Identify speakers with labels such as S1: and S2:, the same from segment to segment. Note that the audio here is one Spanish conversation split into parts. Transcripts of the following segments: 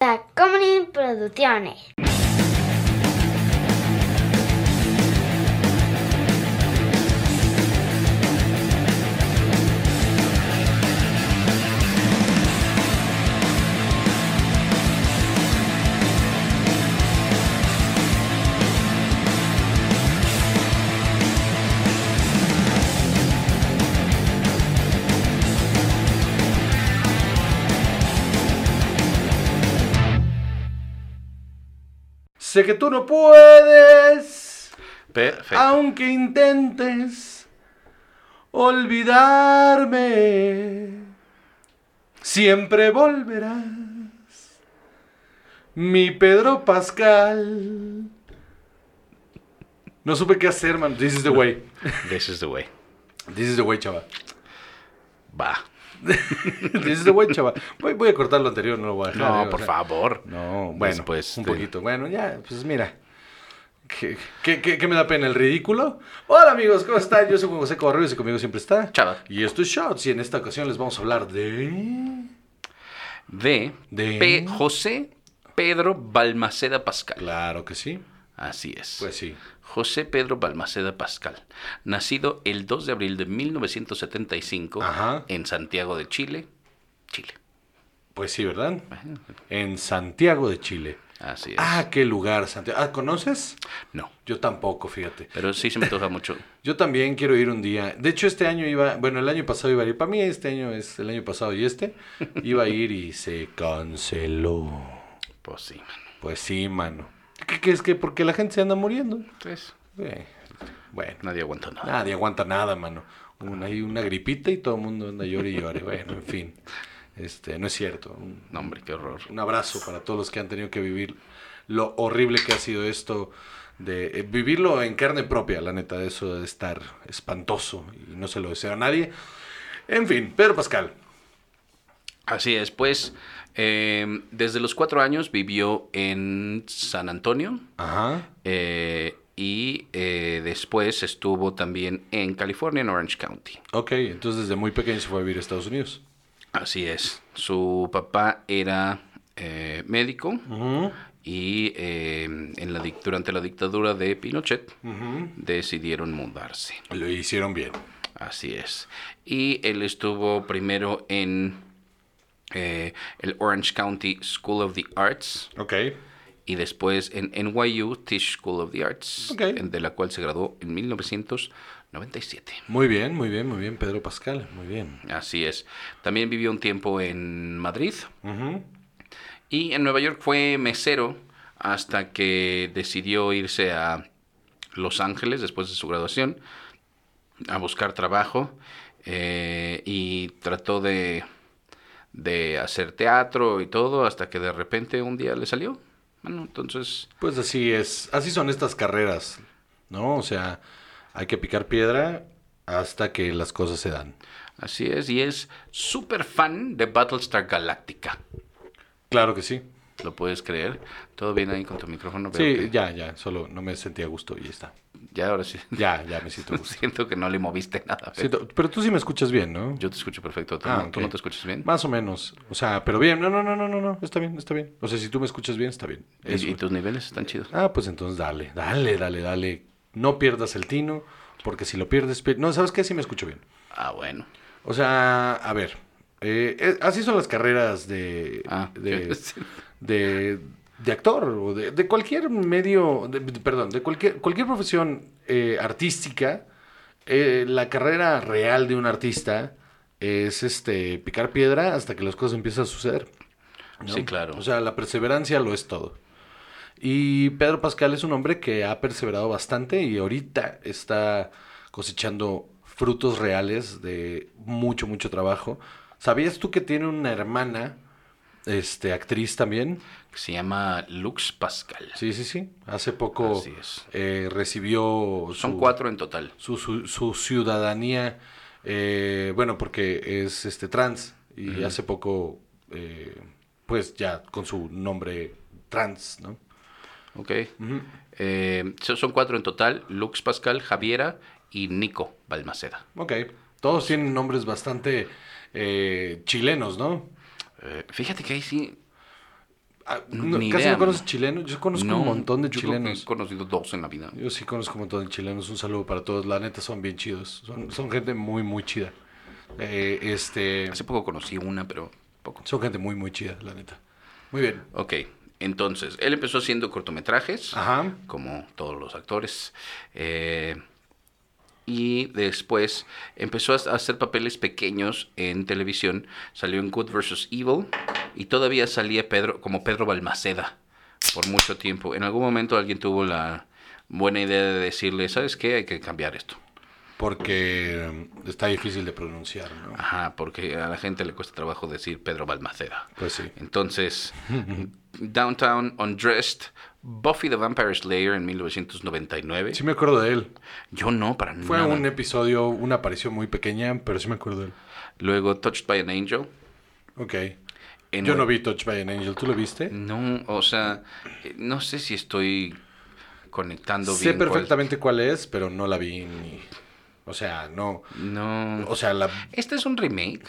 S1: para Comedy Producciones.
S2: Sé que tú no puedes,
S3: Perfecto.
S2: aunque intentes olvidarme. Siempre volverás, mi Pedro Pascal. No supe qué hacer, man. This is the way.
S3: This is the way.
S2: This is the way, chaval.
S3: Va.
S2: This is the way, chaval. Voy, voy a cortar lo anterior, no lo voy a dejar.
S3: No,
S2: eh, o
S3: por
S2: sea.
S3: favor.
S2: No, bueno,
S3: Después
S2: un
S3: de-
S2: poquito. Bueno, ya, pues mira. ¿Qué, qué, qué- qué me da pena? ¿El ridículo? Hola amigos, ¿cómo están? Yo soy Juan José Correos y conmigo siempre está.
S3: Chava.
S2: Y esto es Shots y en esta ocasión les vamos a hablar de...
S3: De,
S2: De-
S3: P. José Pedro Balmaceda Pascal.
S2: Claro que sí.
S3: Así es.
S2: Pues sí.
S3: José Pedro Balmaceda Pascal, nacido el 2 de abril de 1975
S2: Ajá.
S3: en Santiago de Chile, Chile.
S2: Pues sí, ¿verdad? En Santiago de Chile.
S3: Así es.
S2: Ah, qué lugar, Santiago. Ah, ¿conoces?
S3: No,
S2: Yo tampoco, fíjate.
S3: pero sí se me toca mucho.
S2: Yo también quiero ir un día. De hecho, este año iba, bueno, el año pasado iba a ir. Para mí este año es el año pasado y este. Iba a ir y se canceló.
S3: Pues sí, man.
S2: Pues sí, mano. ¿Qué, qué es que? Porque la gente se anda muriendo.
S3: Pues,
S2: Eh, Bueno,
S3: nadie aguantó nada.
S2: nadie aguanta nada, mano. Una, hay una gripita y todo el mundo anda llore y llore. Bueno, en fin. Este, no es cierto. Un,
S3: No, hombre, qué horror.
S2: un abrazo para todos los que han tenido que vivir lo horrible que ha sido esto. De eh, vivirlo en carne propia, la neta, eso de estar espantoso y no se lo deseo a nadie. En fin, Pedro Pascal.
S3: Así es, pues, eh, desde los cuatro años vivió en San Antonio
S2: Ajá.
S3: eh, y eh, después estuvo también en California, en Orange County.
S2: Ok, entonces desde muy pequeño se fue a vivir a Estados Unidos.
S3: Así es. Su papá era eh, médico y eh, en la, dic- durante la dictadura de Pinochet decidieron mudarse.
S2: Lo hicieron bien.
S3: Así es. Y él estuvo primero en eh, el Orange County School of the Arts
S2: Ok.
S3: y después en NYU Tisch School of the Arts,
S2: Ok.
S3: en- de la cual se graduó en 1997.
S2: Muy bien, muy bien, muy bien, Pedro Pascal, muy bien.
S3: Así es. También vivió un tiempo en Madrid.
S2: Ujú.
S3: Y en Nueva York fue mesero hasta que decidió irse a Los Ángeles después de su graduación a buscar trabajo eh, y trató de, de hacer teatro y todo hasta que de repente un día le salió. Bueno, entonces,
S2: Pues así es, así son estas carreras, ¿no? O sea, hay que picar piedra hasta que las cosas se dan.
S3: así es. Y es súper fan de Battlestar Galactica.
S2: Claro que sí.
S3: ¿Lo puedes creer? ¿Todo bien ahí con tu micrófono? Veo
S2: Sí,
S3: que-
S2: ya, ya, solo no me sentía a gusto y ya está.
S3: Ya, ahora sí.
S2: Ya, ya me siento a gusto.
S3: Pues Siento que no le moviste nada. ¿eh?
S2: Siento- pero tú sí me escuchas bien, ¿no?
S3: Yo te escucho perfecto. ¿Tú,
S2: Ah,
S3: no- ¿Tú
S2: ok.
S3: no te escuchas bien?
S2: Más o menos. O sea, pero bien, no, no, no, no, no, no, está bien, está bien. O sea, si tú me escuchas bien, está bien.
S3: Y-
S2: Eso.
S3: Eh, Y, tus niveles están chidos.
S2: Ah, pues entonces dale, dale, dale, dale. No pierdas el tino, porque si lo pierdes... pi- No, ¿sabes qué? Sí me escucho bien.
S3: Ah, bueno.
S2: O sea, a ver, eh, eh, así son las carreras de,
S3: Ah,
S2: de,
S3: sí.
S2: de, de actor o de, de cualquier medio, de- de- perdón, de cualquier, cualquier profesión eh, artística. eh, la carrera real de un artista es este picar piedra hasta que las cosas empiezan a suceder. ¿no?
S3: Sí, claro.
S2: O sea, la perseverancia lo es todo. Y Pedro Pascal es un hombre que ha perseverado bastante y ahorita está cosechando frutos reales de mucho, mucho trabajo. ¿Sabías tú que tiene una hermana, este, actriz también?
S3: Se llama Lux Pascal.
S2: Sí, sí, sí. Hace poco
S3: Así es.
S2: eh, recibió su,
S3: Son cuatro en total.
S2: su, su- su ciudadanía, eh, bueno, porque es este trans y hace poco, eh, pues ya con su nombre trans, ¿no?
S3: Ok.
S2: Mm.
S3: Eh, so- son cuatro en total. Lux Pascal, Javiera y Nico Balmaceda.
S2: Ok. Todos tienen nombres bastante eh, chilenos, ¿no?
S3: Eh, fíjate que ahí sí...
S2: Ah, no,
S3: Ni
S2: casi
S3: idea,
S2: no conoces
S3: mano.
S2: chilenos. Yo conozco
S3: No,
S2: un montón de
S3: yo creo que
S2: chilenos.
S3: he conocido dos en la vida.
S2: Yo sí conozco un montón de chilenos. Un saludo para todos. La neta son bien chidos. Son, son gente muy, muy chida. Eh, este.
S3: Hace poco conocí una, pero poco.
S2: Son gente muy, muy chida, la neta. Muy bien.
S3: Ok, entonces, él empezó haciendo cortometrajes,
S2: Ajá.
S3: como todos los actores, eh, y después empezó a hacer papeles pequeños en televisión. Salió en Good vs. Evil y todavía salía Pedro como Pedro Balmaceda por mucho tiempo. En algún momento alguien tuvo la buena idea de decirle, ¿sabes qué? Hay que cambiar esto.
S2: Porque mm, está difícil de pronunciar, ¿no?
S3: Ajá, porque a la gente le cuesta trabajo decir Pedro Balmaceda.
S2: Pues sí.
S3: Entonces, Downtown Undressed, Buffy the Vampire Slayer en 1999.
S2: Sí me acuerdo de él.
S3: Yo no, para
S2: Fue
S3: nada.
S2: un episodio, una aparición muy pequeña, pero sí me acuerdo de él.
S3: Luego Touched by an Angel.
S2: Ok.
S3: en-
S2: Yo no vi Touch by an Angel. ¿Tú lo viste?
S3: No, o sea, eh, no sé si estoy conectando
S2: sé
S3: bien. cuál-
S2: perfectamente cuál... es, pero no la vi ni... O sea, no...
S3: No.
S2: O sea, la...
S3: Este es un remake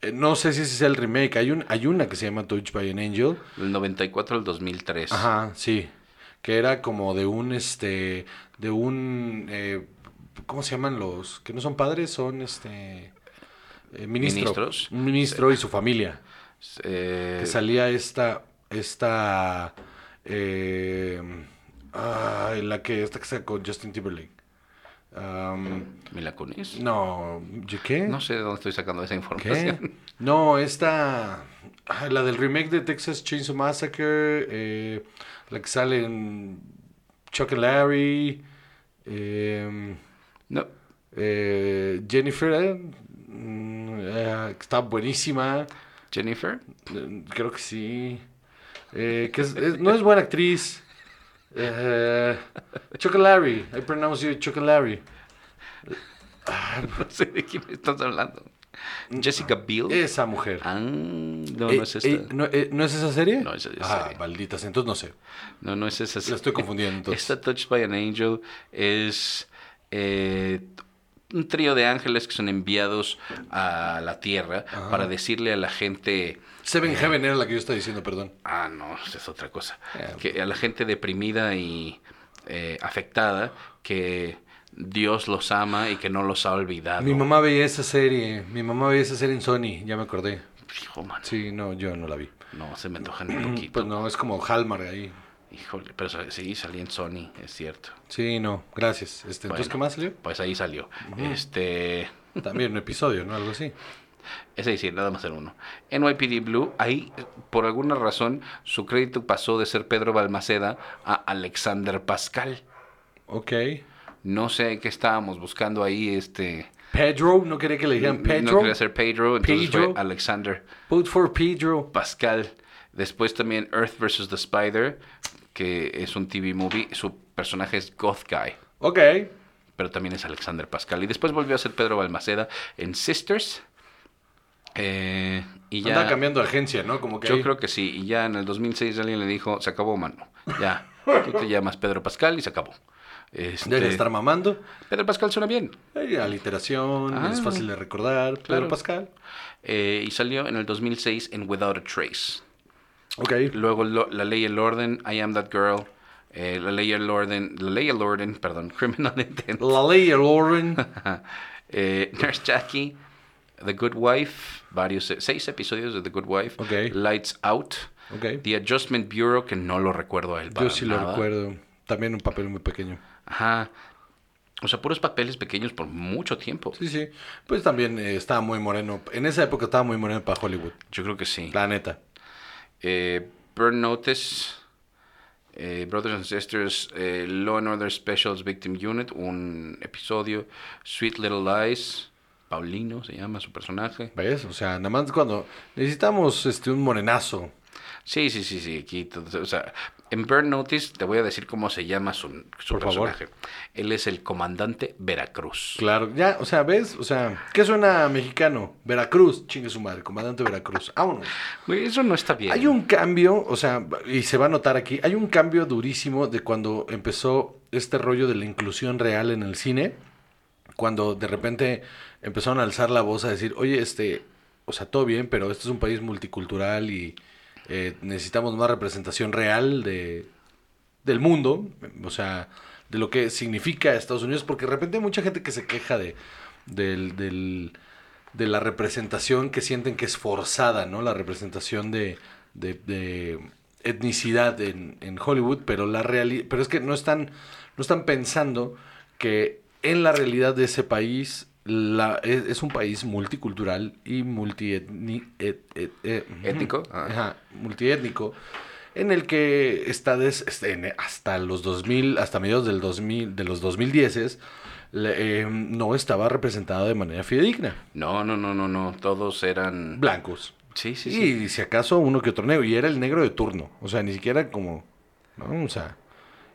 S2: eh, no sé si ese es el remake. Hay, un, hay una que se llama Touch by an Angel.
S3: del 94 al 2003.
S2: Ajá, sí. Que era como de un, este... De un... eh, ¿Cómo se llaman los? Que no son padres, son, este... eh, ministro.
S3: Ministros.
S2: Un ministro y su familia.
S3: Eh,
S2: Que salía esta... Esta... eh, ay, la que... Esta que está con Justin Timberlake. Am,
S3: ¿Mila Kunis?
S2: No, ¿yo qué?
S3: Eh, No sé de dónde estoy sacando esa
S2: ¿Qué?
S3: información.
S2: No, esta. ah, La del remake de Texas Chainsaw Massacre. eh, la que sale en Chuck and Larry. eh,
S3: No.
S2: eh, Jennifer. eh, mm, eh, está buenísima.
S3: Jennifer.
S2: eh, Creo que sí. eh, que es- es- no es buena actriz. Eh, Chuck and Larry. I pronounce you Chuck and Larry.
S3: No sé de quién me estás hablando. Jessica Biel.
S2: Esa mujer.
S3: Ah, no,
S2: Mm. Eh,
S3: no es esta.
S2: eh, ¿no, eh, ¿no es esa serie?
S3: No, esa es
S2: Ah,
S3: serie.
S2: malditas, entonces no sé.
S3: no, no es esa.
S2: La estoy confundiendo entonces.
S3: Esta Touched by an Angel es eh, un trío de ángeles que son enviados a la tierra para decirle a la gente.
S2: Seven Heaven era la que yo estaba diciendo, perdón.
S3: Ah, no, esa es otra cosa.
S2: Eh,
S3: Que a la gente deprimida y eh, afectada que Dios los ama y que no los ha olvidado.
S2: Mi mamá veía esa serie, mi mamá veía esa serie en Sony, ya me acordé.
S3: Hijo, man,
S2: Sí, no, yo no la vi.
S3: no, se me antoja ni un poquito.
S2: Pues no, es como Hallmark ahí.
S3: Híjole, pero sa- sí, salí en Sony, es cierto.
S2: Sí, no, gracias. Este, entonces,
S3: Bueno.
S2: ¿qué más salió?
S3: Pues ahí salió. Este.
S2: También un episodio, ¿no? Algo así.
S3: Ese sí, nada más el uno. NYPD Blue, ahí, eh, por alguna razón, su crédito pasó de ser Pedro Balmaceda a Alexander Pascal.
S2: Ok.
S3: No sé qué estábamos buscando ahí, este.
S2: Pedro, no quería que le dijeran
S3: Mm, No
S2: Pedro.
S3: quería ser Pedro, entonces
S2: Pedro.
S3: fue Alexander
S2: Put for Pedro.
S3: Pascal. Después también Earth vs. The Spider, que es un TV movie. Su personaje es Goth Guy.
S2: Ok.
S3: pero también es Alexander Pascal. Y después volvió a ser Pedro Balmaceda en Sisters. Eh, y ya.
S2: Anda cambiando de agencia, ¿no? Como que
S3: Yo
S2: ahí-
S3: creo que sí. Y ya en el 2006 alguien le dijo: Se acabó, mano. Ya. Tú te llamas Pedro Pascal y se acabó. Este,
S2: Debería estar mamando.
S3: Pedro Pascal suena bien.
S2: Eh, aliteración,
S3: Ah.
S2: es fácil de recordar.
S3: Claro.
S2: Pedro Pascal.
S3: Eh, y salió en el 2006 en Without a Trace.
S2: Ok.
S3: Luego Lo- La Ley y el Orden, I Am That Girl. eh, la Ley y el Orden, La Ley y el Orden, perdón, Criminal Intent.
S2: La ley y el orden.
S3: Eh, Nurse Jackie, The Good Wife, varios, seis episodios de The Good Wife,
S2: Ok.
S3: Lights Out,
S2: Ok.
S3: The Adjustment Bureau, que no lo recuerdo a él. para
S2: Yo sí lo
S3: nada.
S2: recuerdo. También un papel muy pequeño.
S3: Ajá. O sea, puros papeles pequeños por mucho tiempo.
S2: Sí, sí. Pues también eh, estaba muy moreno. En esa época estaba muy moreno para Hollywood.
S3: Yo creo que sí.
S2: La neta.
S3: Eh, Burn Notice, eh, Brothers and Sisters, eh, Law and Order Specials Victim Unit, un episodio, Sweet Little Lies, Paulino se llama su personaje.
S2: ¿Ves? O sea, nada más cuando necesitamos este un morenazo.
S3: Sí, sí, sí, sí, aquí, todo- o sea, en Burn Notice te voy a decir cómo se llama su, su
S2: Por favor.
S3: personaje. Él es el comandante Veracruz.
S2: Claro, ya, o sea, ¿ves? O sea, ¿qué suena mexicano? Veracruz, chingue su madre, comandante Veracruz. Vámonos.
S3: Güey, eso no está bien.
S2: Hay un cambio, o sea, y se va a notar aquí, hay un cambio durísimo de cuando empezó este rollo de la inclusión real en el cine, cuando de repente empezaron a alzar la voz a decir, oye, este, o sea, todo bien, pero este es un país multicultural y, eh, necesitamos más representación real de, del mundo, o sea, de lo que significa Estados Unidos, porque de repente hay mucha gente que se queja de, del, del- de la representación que sienten que es forzada, ¿no? La representación de, de- de etnicidad en, en Hollywood, pero la reali- pero es que no están, no están pensando que en la realidad de ese país la- es, es un país multicultural y multietni- et- et- eh, ujú.
S3: Étnico, ah.
S2: Ajá, multiétnico en el que está des- este, en- hasta los 2000, hasta mediados del 2000, de los 2010 le- eh, no estaba representado de manera fidedigna.
S3: No, no, no, no, no. Todos eran.
S2: Blancos.
S3: Sí, sí, sí.
S2: Y si acaso uno que otro negro. Y era el negro de turno. O sea, ni siquiera como. ¿no? O sea,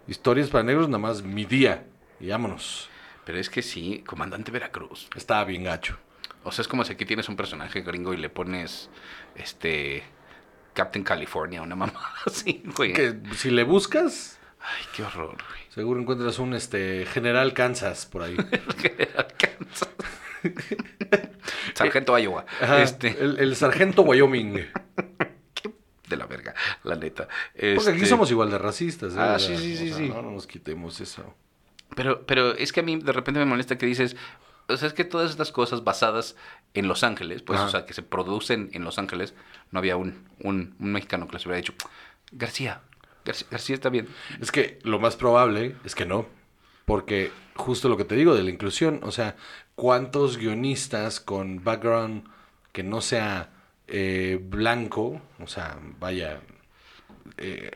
S2: historias para negros, nada más mi día. Y vámonos.
S3: Pero es que sí, Comandante Veracruz.
S2: Estaba bien gacho.
S3: O sea, es como si aquí tienes un personaje gringo y le pones. Este. Captain California, una mamá así, güey.
S2: Que si le buscas,
S3: Ay, qué horror, güey.
S2: seguro encuentras un este General Kansas por ahí.
S3: Alcanza. Sargento Iowa.
S2: Ajá,
S3: Este.
S2: el, el sargento Wyoming.
S3: De la verga, la neta.
S2: Porque aquí
S3: Este,
S2: somos igual de racistas. ¿eh?
S3: Ah,
S2: O
S3: sí,
S2: sea,
S3: sí,
S2: o
S3: sí,
S2: sea,
S3: sí.
S2: No, no nos quitemos eso.
S3: Pero, pero es que a mí de repente me molesta que dices, o sea, es que todas estas cosas basadas en Los Ángeles, pues,
S2: Ajá.
S3: o sea, que se producen en Los Ángeles, no había un, un, un mexicano que les hubiera dicho, García, García, García está bien.
S2: Es que lo más probable es que no. Porque justo lo que te digo de la inclusión, o sea, ¿cuántos guionistas con background que no sea eh, blanco, o sea, vaya, eh,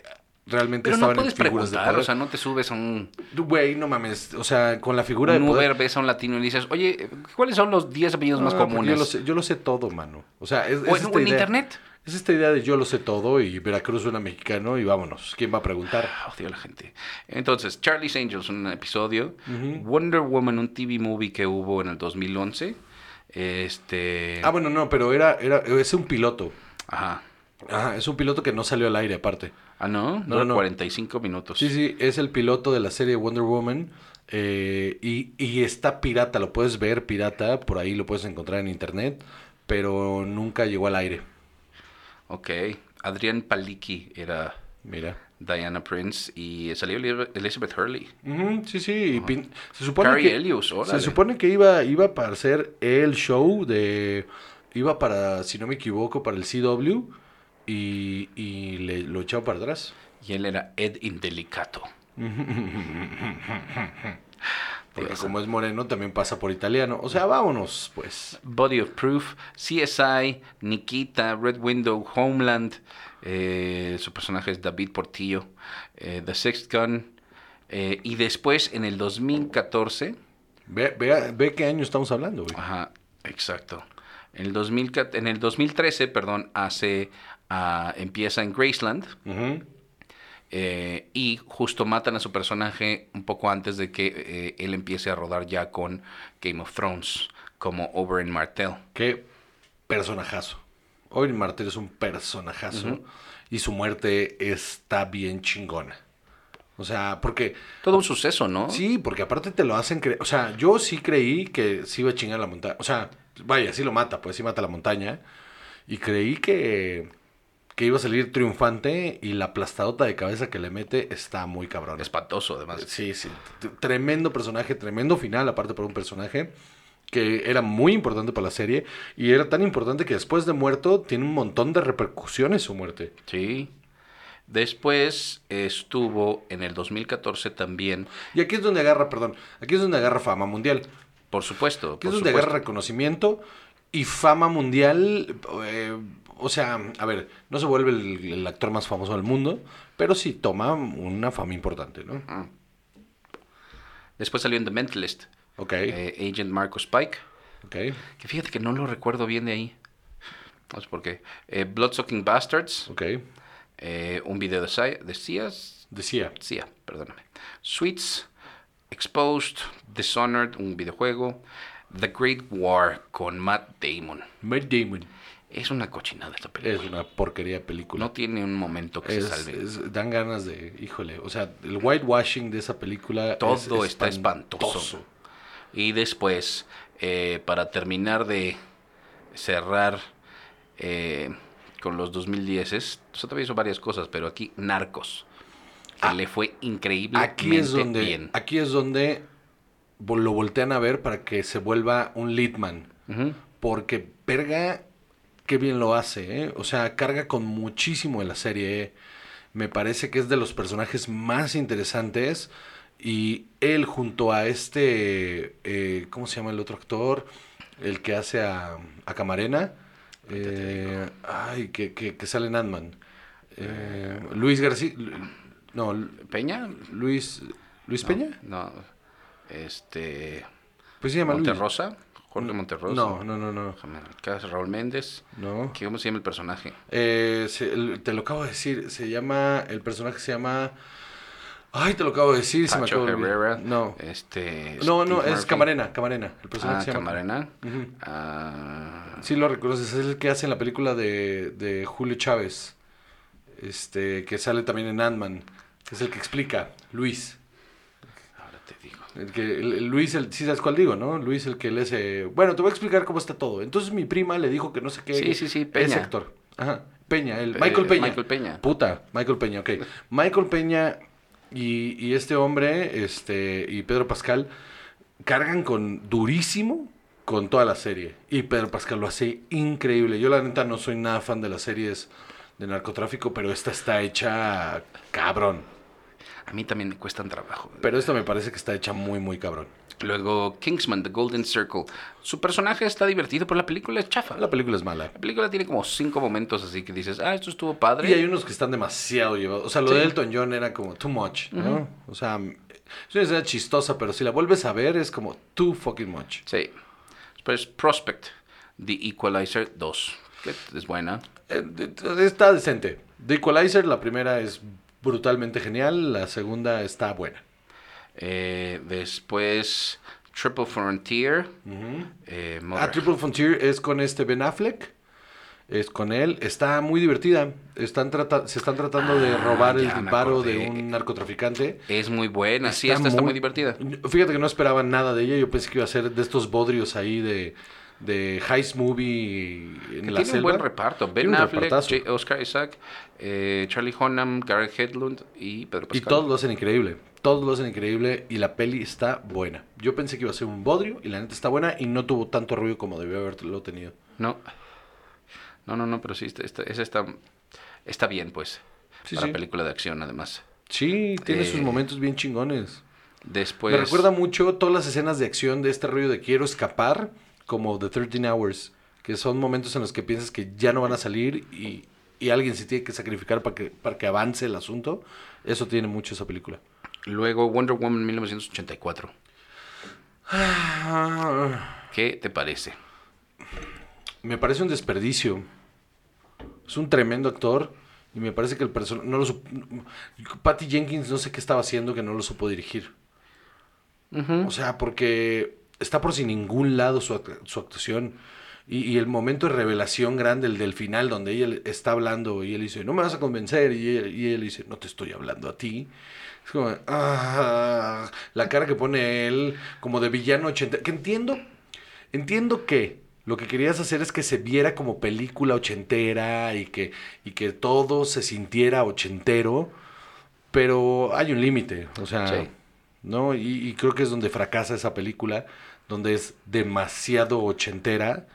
S2: realmente
S3: Pero no
S2: estaban
S3: puedes
S2: en figuras de
S3: preguntar,
S2: poder?
S3: o sea, no te subes a un,
S2: Güey, no mames, o sea, con la figura de
S3: un
S2: poder...
S3: Uber, ves a un latino y dices, oye, ¿cuáles son los 10 apellidos más
S2: Ah, porque
S3: comunes?
S2: Yo lo, sé, yo lo sé todo, mano. O sea, es,
S3: O
S2: es
S3: en-
S2: esta
S3: o en
S2: idea-
S3: internet.
S2: Es esta idea de yo lo sé todo y Veracruz suena mexicano y vámonos. ¿Quién va a preguntar?
S3: Ah, Odio a la gente. Entonces, Charlie's Angels, un episodio.
S2: Ujú.
S3: Wonder Woman, un TV movie que hubo en el 2011. Este.
S2: Ah, bueno, no, pero era, era, es un piloto.
S3: Ajá.
S2: Ajá, es un piloto que no salió al aire aparte.
S3: Ah, no,
S2: No,
S3: dura
S2: no.
S3: 45 minutos.
S2: Sí, sí, es el piloto de la serie Wonder Woman. eh, y, y está pirata, lo puedes ver pirata, por ahí lo puedes encontrar en internet, pero nunca llegó al aire.
S3: Ok. Adrián Palicki era
S2: Mira.
S3: Diana Prince y salió Eli- Elizabeth Hurley.
S2: Ujú, sí, sí. y pin- se supone
S3: Cary
S2: que,
S3: Elwes,
S2: se
S3: órale.
S2: supone que iba, iba para hacer el show de... Iba para, si no me equivoco, para el CW y, y le, lo echaron para atrás.
S3: Y él era Ed Indelicato.
S2: Porque
S3: Dios.
S2: como es moreno, también pasa por italiano. O sea, vámonos, pues.
S3: Body of Proof, CSI, Nikita, Red Window, Homeland. eh, su personaje es David Portillo. eh, The Sixth Gun. eh, y después, en el 2014,
S2: Ve, ve, ve qué año estamos hablando, güey.
S3: Ajá, exacto. En el, 2000, en el 2013, perdón, hace, ah, empieza en Graceland
S2: Ujú.
S3: eh, y justo matan a su personaje un poco antes de que eh, él empiece a rodar ya con Game of Thrones como Oberyn Martell.
S2: Qué personajazo. Owen Martel es un personajazo. Y su muerte está bien chingona. O sea, porque.
S3: Todo un suceso, ¿no?
S2: Sí, porque aparte te lo hacen creer. O sea, yo sí creí que se iba a chingar la montaña. O sea, vaya, sí lo mata, pues sí mata la montaña. Y creí que. Que iba a salir triunfante y la aplastadota de cabeza que le mete está muy cabrón.
S3: Espantoso, además.
S2: Sí, sí. T- Tremendo personaje, tremendo final, aparte por un personaje que era muy importante para la serie y era tan importante que después de muerto tiene un montón de repercusiones su muerte.
S3: Sí. Después estuvo en el 2014 también,
S2: Y aquí es donde agarra, perdón, aquí es donde agarra fama mundial.
S3: por supuesto.
S2: Aquí
S3: Por
S2: es donde
S3: supuesto.
S2: agarra reconocimiento y fama mundial. eh, o sea, a ver, no se vuelve el, el actor más famoso del mundo, pero sí toma una fama importante, ¿no?
S3: Ah, Después salió en The Mentalist,
S2: Ok,
S3: eh, Agent Marco Spike.
S2: ok.
S3: Que fíjate que no lo recuerdo bien de ahí. No sé por qué. Eh, Bloodsucking Bastards.
S2: Ok.
S3: eh, un video de, Sia- de Sia's-
S2: Decía.
S3: Sia, perdóname. Sweets. Exposed. Dishonored. Un videojuego. The Great War con Matt Damon.
S2: Matt Damon.
S3: Es una cochinada esta
S2: Es
S3: película.
S2: una porquería de película.
S3: No tiene un momento que
S2: Es-
S3: se salve.
S2: es- dan ganas de, híjole, o sea, el whitewashing de esa película.
S3: Todo
S2: es
S3: está espantoso. Y después, eh, para terminar de cerrar eh, con los 2010. es- O sea, todavía hizo varias cosas, pero aquí Narcos. Que
S2: Ah,
S3: le fue increíblemente
S2: Aquí es donde,
S3: bien.
S2: aquí es donde vol- lo voltean a ver para que se vuelva un leadman.
S3: Ujú.
S2: Porque verga, qué bien lo hace, ¿eh? O sea, carga con muchísimo en la serie. ¿eh? Me parece que es de los personajes más interesantes. Y él junto a este, eh, ¿cómo se llama el otro actor? El que hace a, a Camarena. Eh, ay, que, que, que sale en Ant-Man. Eh, Luis García. No, Lu-
S3: ¿Peña?
S2: Luis. ¿Luis Peña?
S3: No. Este.
S2: Pues se llama Luis.
S3: Monterrosa. Jorge Monterrosa.
S2: No, no, no, no.
S3: Déjame ver, ¿qué hace Raúl Méndez.
S2: No.
S3: ¿Qué- ¿Cómo se llama el personaje?
S2: Eh, se- el- te lo acabo de decir, se llama, el personaje se llama... Ay, te lo acabo de decir, se me
S3: Pacho
S2: acabo de olvidar.
S3: Herrera.
S2: No,
S3: Este.
S2: no,
S3: Steve
S2: no, es
S3: Murphy.
S2: Camarena, Camarena, el personaje
S3: Ah,
S2: se llama...
S3: Camarena.
S2: Ujú.
S3: Ah,
S2: Sí lo reconoces, es el que hace en la película de, de Julio Chávez, este, que sale también en Ant-Man, que es el que explica, Luis.
S3: ahora te digo.
S2: El que, el- el Luis, el, sí sabes cuál digo, ¿no? Luis, el que le hace... Bueno, te voy a explicar cómo está todo. Entonces mi prima le dijo que no sé qué...
S3: Sí, sí, sí, Peña.
S2: Ese actor. Ajá, Peña, el...
S3: Eh,
S2: Michael Peña.
S3: Michael Peña.
S2: Puta, Michael Peña, ok. Michael Peña y, y este hombre, este, y Pedro Pascal, cargan con durísimo con toda la serie. Y Pedro Pascal lo hace increíble. Yo la neta no soy nada fan de las series de narcotráfico, pero esta está hecha cabrón.
S3: A mí también me cuestan trabajo.
S2: Pero esta me parece que está hecha muy, muy cabrón.
S3: Luego Kingsman, The Golden Circle. Su personaje está divertido, pero la película es chafa.
S2: La película es mala.
S3: La película tiene como cinco momentos así que dices, ah, esto estuvo padre.
S2: Y hay unos que están demasiado llevados. O sea, lo
S3: Sí.
S2: de Elton John era como too much, ¿no? O sea, es una escena chistosa, pero si la vuelves a ver es como too fucking much.
S3: Sí. Después Prospect, The Equalizer 2, que es buena.
S2: Eh, eh, Está decente. The Equalizer, la primera es brutalmente genial, la segunda está buena.
S3: Eh, después Triple Frontier. eh, Mother-
S2: A Ah, Triple Frontier es con este Ben Affleck. Es con él. Está muy divertida. Están trata- se están tratando de
S3: Ah,
S2: robar el
S3: ya me
S2: disparo de
S3: acordé.
S2: un narcotraficante.
S3: Es muy buena, sí, esta está muy divertida.
S2: Fíjate que no esperaba nada de ella. Yo pensé que iba a ser de estos bodrios ahí de, de Heist Movie en
S3: Que
S2: la
S3: tiene un
S2: selva.
S3: buen reparto. Ben
S2: Tiene un
S3: Affleck,
S2: repartazo.
S3: J- Oscar Isaac, eh, Charlie Hunnam, Garrett Hedlund y Pedro
S2: Y
S3: Pascal.
S2: todos lo hacen increíble. Todos lo hacen increíble y la peli está buena. Yo pensé que iba a ser un bodrio y la neta está buena y no tuvo tanto ruido como debió haberlo tenido.
S3: No. No, no, no, pero sí, está- está- esa está, está bien, pues.
S2: Sí,
S3: para
S2: sí.
S3: película de acción, además.
S2: Sí, tiene sus
S3: Eh,
S2: momentos bien chingones.
S3: Después.
S2: Me recuerda mucho todas las escenas de acción de este rollo de quiero escapar, como The 13 Hours, que son momentos en los que piensas que ya no van a salir y, y alguien se tiene que sacrificar para que, para que avance el asunto. Eso tiene mucho esa película.
S3: Luego Wonder Woman 1984. ¿Qué te parece?
S2: Me parece un desperdicio. Es un tremendo actor y me parece que el personaje... No lo sup- Patty Jenkins no sé qué estaba haciendo que no lo supo dirigir. O sea, porque está por sin ningún lado su, act- su actuación. Y, y el momento de revelación grande, el del final, donde ella le- está hablando y él dice, no me vas a convencer. Y él, y él dice, no te estoy hablando a ti. Es como, "Ah", la cara que pone él, como de villano 80. Que entiendo, entiendo que lo que querías hacer es que se viera como película ochentera y que, y que todo se sintiera ochentero. Pero hay un límite, o sea,
S3: Sí.
S2: ¿no? Y, y creo que es donde fracasa esa película, donde es demasiado ochentera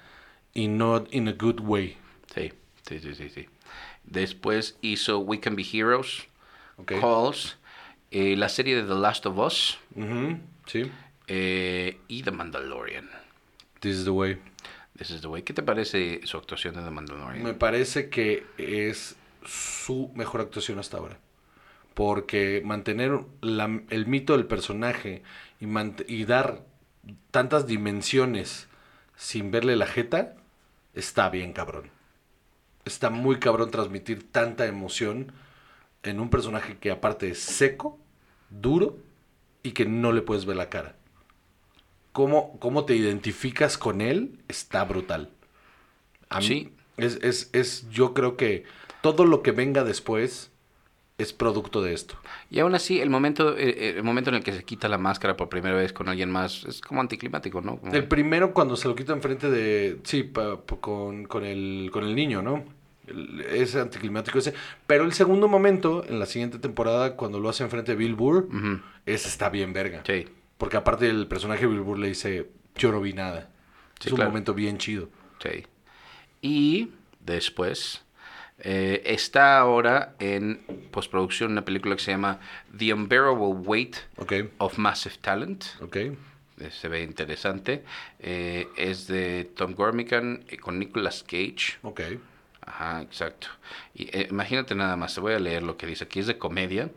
S2: y not in a good way.
S3: Sí, sí, sí, sí. sí. Después hizo We Can Be Heroes,
S2: ¿ok?
S3: Calls, eh, la serie de The Last of Us
S2: Ujú, Sí,
S3: eh, y The Mandalorian.
S2: this is the way.
S3: This is the way. ¿Qué te parece su actuación de The Mandalorian?
S2: Me parece que es su mejor actuación hasta ahora. Porque mantener la- el mito del personaje y, mant- y dar tantas dimensiones sin verle la jeta, está bien cabrón. Está muy cabrón transmitir tanta emoción en un personaje que aparte es seco, duro y que no le puedes ver la cara. Cómo, cómo te identificas con él está brutal. A mí
S3: Sí.
S2: es, es, es, yo creo que todo lo que venga después es producto de esto.
S3: Y aún así, el momento, eh, eh, el momento en el que se quita la máscara por primera vez con alguien más es como anticlimático, ¿no? Como-
S2: El primero cuando se lo quita enfrente de... Sí, pa- pa- con, con el, con el niño, ¿no? El- Es anticlimático ese. Pero el segundo momento, en la siguiente temporada, cuando lo hace enfrente de Bill Burr,
S3: Ujú.
S2: ese está bien verga.
S3: Sí.
S2: Porque aparte el personaje de Bill Burr le dice, yo no vi nada.
S3: Sí,
S2: es un
S3: claro.
S2: momento bien chido.
S3: Sí. Y después eh, está ahora en postproducción una película que se llama The Unbearable Weight
S2: Ok,
S3: of Massive Talent.
S2: ok.
S3: Eh, Se ve interesante. Eh, es de Tom Gormican eh, con Nicolas Cage.
S2: Ok.
S3: Ajá, exacto. Y, eh, imagínate nada más, te voy a leer lo que dice. Aquí es de comedia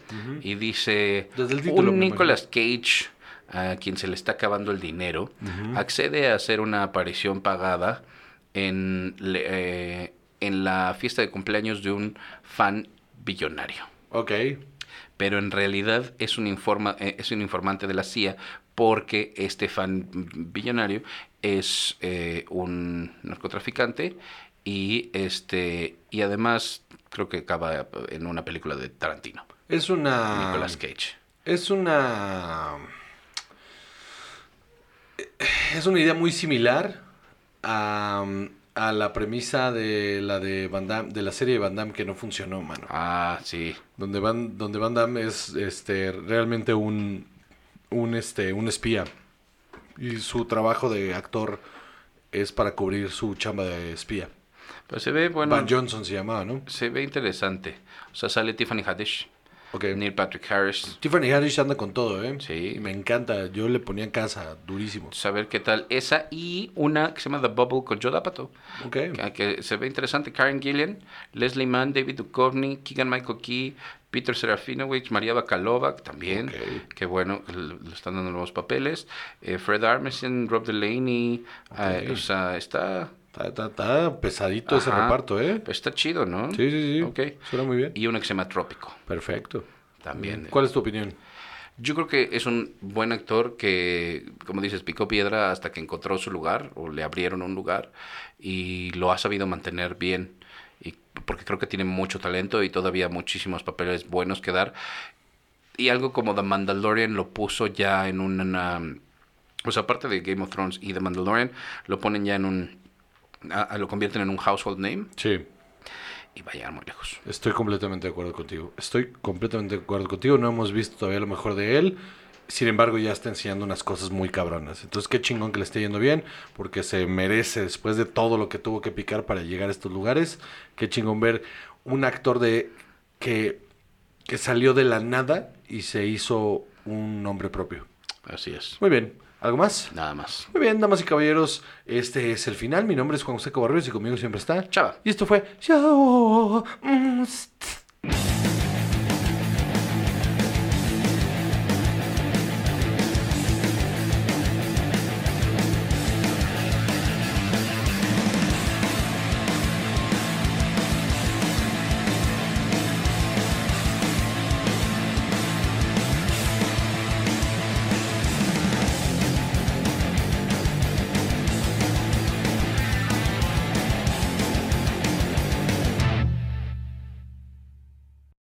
S3: y dice
S2: Desde el título,
S3: un
S2: me
S3: Nicolas Cage a quien se le está acabando el dinero accede a hacer una aparición pagada en le- eh, en la fiesta de cumpleaños de un fan billonario.
S2: Ok.
S3: Pero en realidad es un, informa, eh, es un informante de la CIA porque este fan billonario es eh, un narcotraficante y este y además creo que acaba en una película de Tarantino,
S2: Es una...
S3: Nicolas Cage.
S2: Es una. Es una idea muy similar a, a la premisa de la de Van Damme- de la serie de Van Damme que no funcionó, mano.
S3: Ah, sí.
S2: Donde Van, donde Van Damme es este realmente un un este un espía y su trabajo de actor es para cubrir su chamba de espía.
S3: Pero se ve bueno.
S2: Van Johnson se llamaba, ¿no?
S3: Se ve interesante. O sea, sale Tiffany Haddish,
S2: Ok.
S3: Neil Patrick Harris.
S2: Tiffany Harris anda con todo, ¿eh?
S3: Sí.
S2: Me encanta. Yo le ponía en casa, durísimo.
S3: Saber qué tal esa y una que se llama The Bubble con Joe D'Apato.
S2: Ok.
S3: que, Ah, que se ve interesante. Karen Gillian, Leslie Mann, David Duchovny, Keegan Michael Key, Peter Serafinovich, María Bakalova, que también.
S2: Ok.
S3: Que bueno, que le le están dando nuevos papeles. eh, Fred Armisen, Rob Delaney. eh,
S2: Ok.
S3: o sea, está,
S2: Está, está- está pesadito ese
S3: Ajá.
S2: reparto, ¿eh?
S3: está chido, ¿no?
S2: Sí, sí, sí.
S3: Ok.
S2: Suena muy bien.
S3: Y una que se llama Trópico.
S2: Perfecto.
S3: También.
S2: ¿Cuál es tu opinión?
S3: Yo creo que es un buen actor que, como dices, picó piedra hasta que encontró su lugar o le abrieron un lugar y lo ha sabido mantener bien. Y, porque creo que tiene mucho talento y todavía muchísimos papeles buenos que dar. Y algo como The Mandalorian lo puso ya en una... O sea, aparte de Game of Thrones y The Mandalorian, lo ponen ya en un... a- a- lo convierten en un household name
S2: Sí,
S3: y va a llegar muy lejos.
S2: estoy completamente de acuerdo contigo. Estoy completamente de acuerdo contigo. No hemos visto todavía lo mejor de él. Sin embargo, ya está enseñando unas cosas muy cabronas. Entonces, qué chingón que le esté yendo bien, porque se merece, después de todo lo que tuvo que picar para llegar a estos lugares, qué chingón ver un actor de que, que salió de la nada y se hizo un nombre propio.
S3: Así es.
S2: Muy bien. ¿Algo más?
S3: Nada más.
S2: Muy bien, damas y caballeros, este es el final. Mi nombre es Juan José Cabarrero y conmigo siempre está
S3: Chava.
S2: Y esto fue Chao. Mm,